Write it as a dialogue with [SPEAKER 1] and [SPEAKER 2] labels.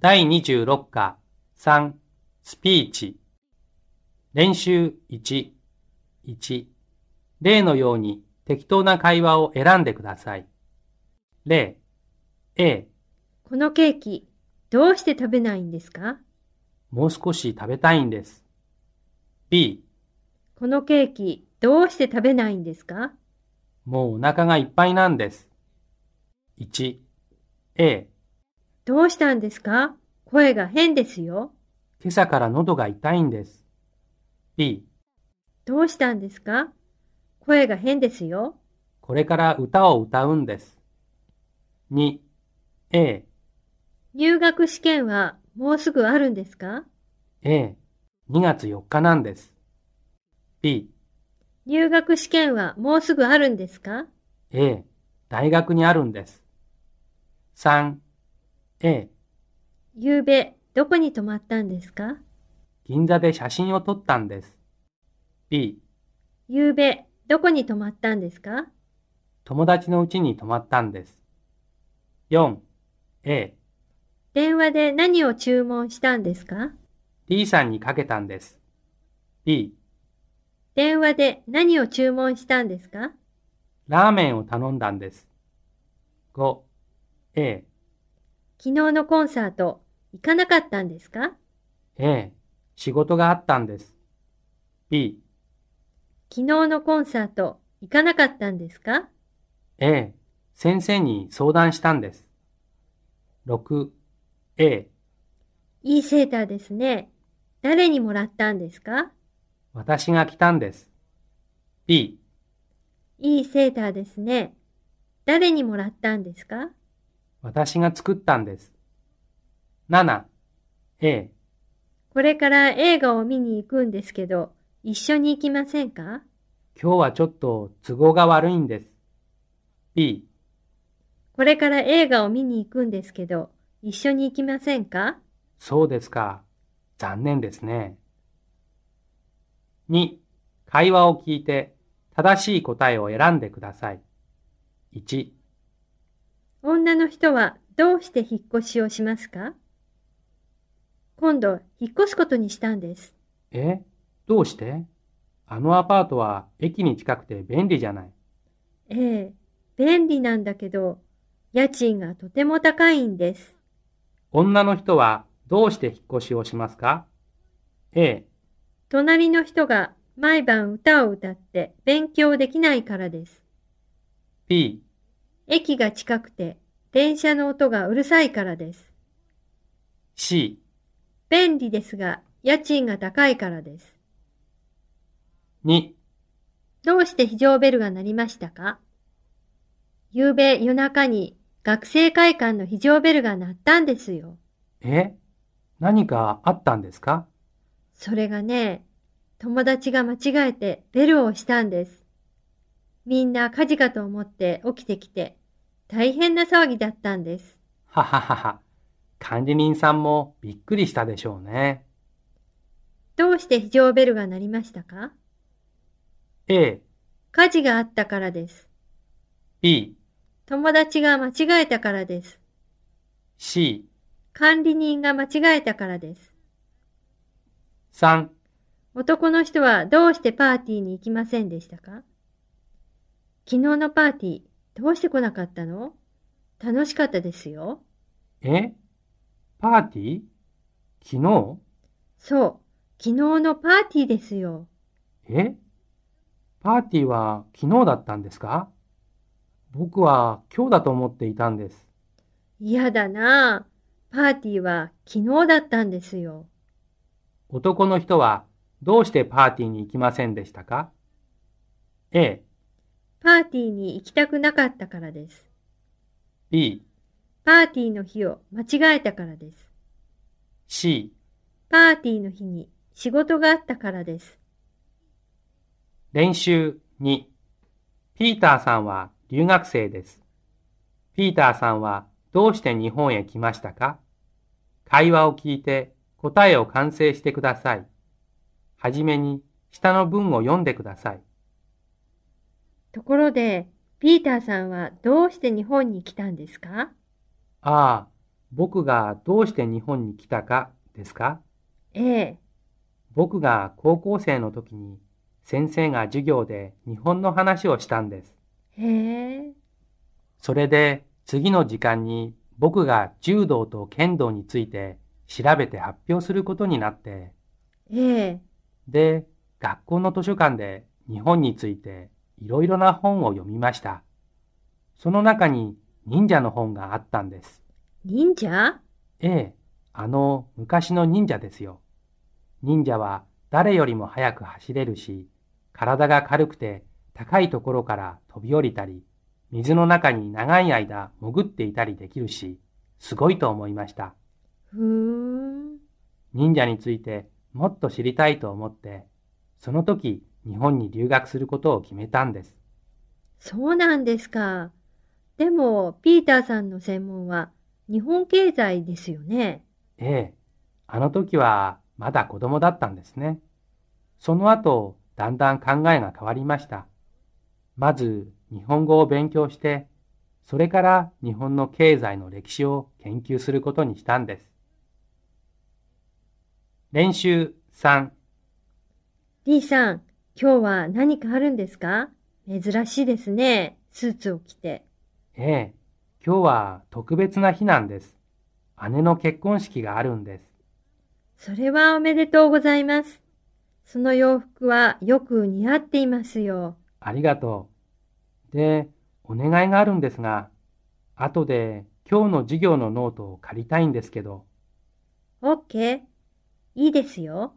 [SPEAKER 1] 第26課3スピーチ練習11例のように適当な会話を選んでください。例 A
[SPEAKER 2] このケーキ、どうして食べないんですか
[SPEAKER 1] もう少し食べたいんです。B
[SPEAKER 2] このケーキ、どうして食べないんですか
[SPEAKER 1] もうお腹がいっぱいなんです。1 A
[SPEAKER 2] どうしたんですか声が変ですよ。
[SPEAKER 1] 今朝から喉が痛いんです。B
[SPEAKER 2] どうしたんですか声が変ですよ。
[SPEAKER 1] これから歌を歌うんです。2 A
[SPEAKER 2] 入学試験はもうすぐあるんですか
[SPEAKER 1] A、2月4日なんです。B、
[SPEAKER 2] 入学試験はもうすぐあるんですか
[SPEAKER 1] A、大学にあるんです。3、A、
[SPEAKER 2] ゆうべ、どこに泊まったんですか
[SPEAKER 1] 銀座で写真を撮ったんです。B、
[SPEAKER 2] ゆうべ、どこに泊まったんですか
[SPEAKER 1] 友達の家に泊まったんです。4、A、
[SPEAKER 2] 電話で何を注文したんですか
[SPEAKER 1] D さんにかけたんです。B、
[SPEAKER 2] 電話で何を注文したんですか
[SPEAKER 1] ラーメンを頼んだんです。5、A、
[SPEAKER 2] 昨日のコンサート、行かなかったんですか
[SPEAKER 1] A、仕事があったんです。B、
[SPEAKER 2] 昨日のコンサート、行かなかったんですか
[SPEAKER 1] A、先生に相談したんです。6、A、
[SPEAKER 2] いいセーターですね。誰にもらったんですか
[SPEAKER 1] 私が来たんです。B、
[SPEAKER 2] いいセーターですね。誰にもらったんですか
[SPEAKER 1] 私が作ったんです。7、A、
[SPEAKER 2] これから映画を見に行くんですけど、一緒に行きませんか
[SPEAKER 1] 今日はちょっと都合が悪いんです。B、
[SPEAKER 2] これから映画を見に行くんですけど、一緒に行きませんか
[SPEAKER 1] そうですか。残念ですね。2、会話を聞いて正しい答えを選んでください。1、
[SPEAKER 2] 女の人はどうして引っ越しをしますか今度、引っ越すことにしたんです。
[SPEAKER 1] えどうしてあのアパートは駅に近くて便利じゃない。
[SPEAKER 2] ええ、便利なんだけど、家賃がとても高いんです。
[SPEAKER 1] 女の人はどうして引っ越しをしますか ?A、
[SPEAKER 2] 隣の人が毎晩歌を歌って勉強できないからです。
[SPEAKER 1] B、
[SPEAKER 2] 駅が近くて電車の音がうるさいからです。
[SPEAKER 1] C、
[SPEAKER 2] 便利ですが、家賃が高いからです。
[SPEAKER 1] 2、
[SPEAKER 2] どうして非常ベルが鳴りましたか昨べ夜中に学生会館の非常ベルが鳴ったんですよ。
[SPEAKER 1] え何かあったんですか
[SPEAKER 2] それがね、友達が間違えてベルを押したんです。みんな火事かと思って起きてきて、大変な騒ぎだったんです。
[SPEAKER 1] はははは。管理人さんもびっくりしたでしょうね。
[SPEAKER 2] どうして非常ベルが鳴りましたか
[SPEAKER 1] A、
[SPEAKER 2] 火事があったからです。
[SPEAKER 1] B、
[SPEAKER 2] 友達が間違えたからです。
[SPEAKER 1] C、
[SPEAKER 2] 管理人が間違えたからです。
[SPEAKER 1] 3、
[SPEAKER 2] 男の人はどうしてパーティーに行きませんでしたか昨日のパーティー、どうして来なかったの楽しかったですよ。
[SPEAKER 1] えパーティー昨日
[SPEAKER 2] そう、昨日のパーティーですよ。
[SPEAKER 1] えパーティーは昨日だったんですか僕は今日だと思っていたんです。
[SPEAKER 2] 嫌だなあ。パーティーは昨日だったんですよ。
[SPEAKER 1] 男の人はどうしてパーティーに行きませんでしたか ?A、
[SPEAKER 2] パーティーに行きたくなかったからです。
[SPEAKER 1] B、
[SPEAKER 2] パーティーの日を間違えたからです。
[SPEAKER 1] C、
[SPEAKER 2] パーティーの日に仕事があったからです。
[SPEAKER 1] 練習2。ピーターさんは留学生です。ピーターさんはどうして日本へ来ましたか会話を聞いて答えを完成してください。はじめに下の文を読んでください。
[SPEAKER 2] ところで、ピーターさんはどうして日本に来たんですか
[SPEAKER 1] ああ、僕がどうして日本に来たかですか
[SPEAKER 2] ええ、
[SPEAKER 1] 僕が高校生の時に先生が授業で日本の話をしたんです。
[SPEAKER 2] へえ、
[SPEAKER 1] それで次の時間に僕が柔道と剣道について調べて発表することになって、
[SPEAKER 2] ええ、
[SPEAKER 1] で、学校の図書館で日本についていろいろな本を読みました。その中に忍者の本があったんです。
[SPEAKER 2] 忍者
[SPEAKER 1] ええ、あの昔の忍者ですよ。忍者は誰よりも速く走れるし、体が軽くて高いところから飛び降りたり、水の中に長い間潜っていたりできるし、すごいと思いました。
[SPEAKER 2] ふーん、
[SPEAKER 1] 忍者についてもっと知りたいと思って、その時日本に留学することを決めたんです。
[SPEAKER 2] そうなんですか。でも、ピーターさんの専門は日本経済ですよね。
[SPEAKER 1] ええ、あの時はまだ子供だったんですね。その後、だんだん考えが変わりました。まず、日本語を勉強して、それから日本の経済の歴史を研究することにしたんです。練習3、
[SPEAKER 2] リーさん、今日は何かあるんですか珍しいですね。スーツを着て。
[SPEAKER 1] ええ、今日は特別な日なんです。姉の結婚式があるんです。
[SPEAKER 2] それはおめでとうございます。その洋服はよく似合っていますよ。
[SPEAKER 1] ありがとう。で、お願いがあるんですが、後で今日の授業のノートを借りたいんですけど、
[SPEAKER 2] オッケー。いいですよ。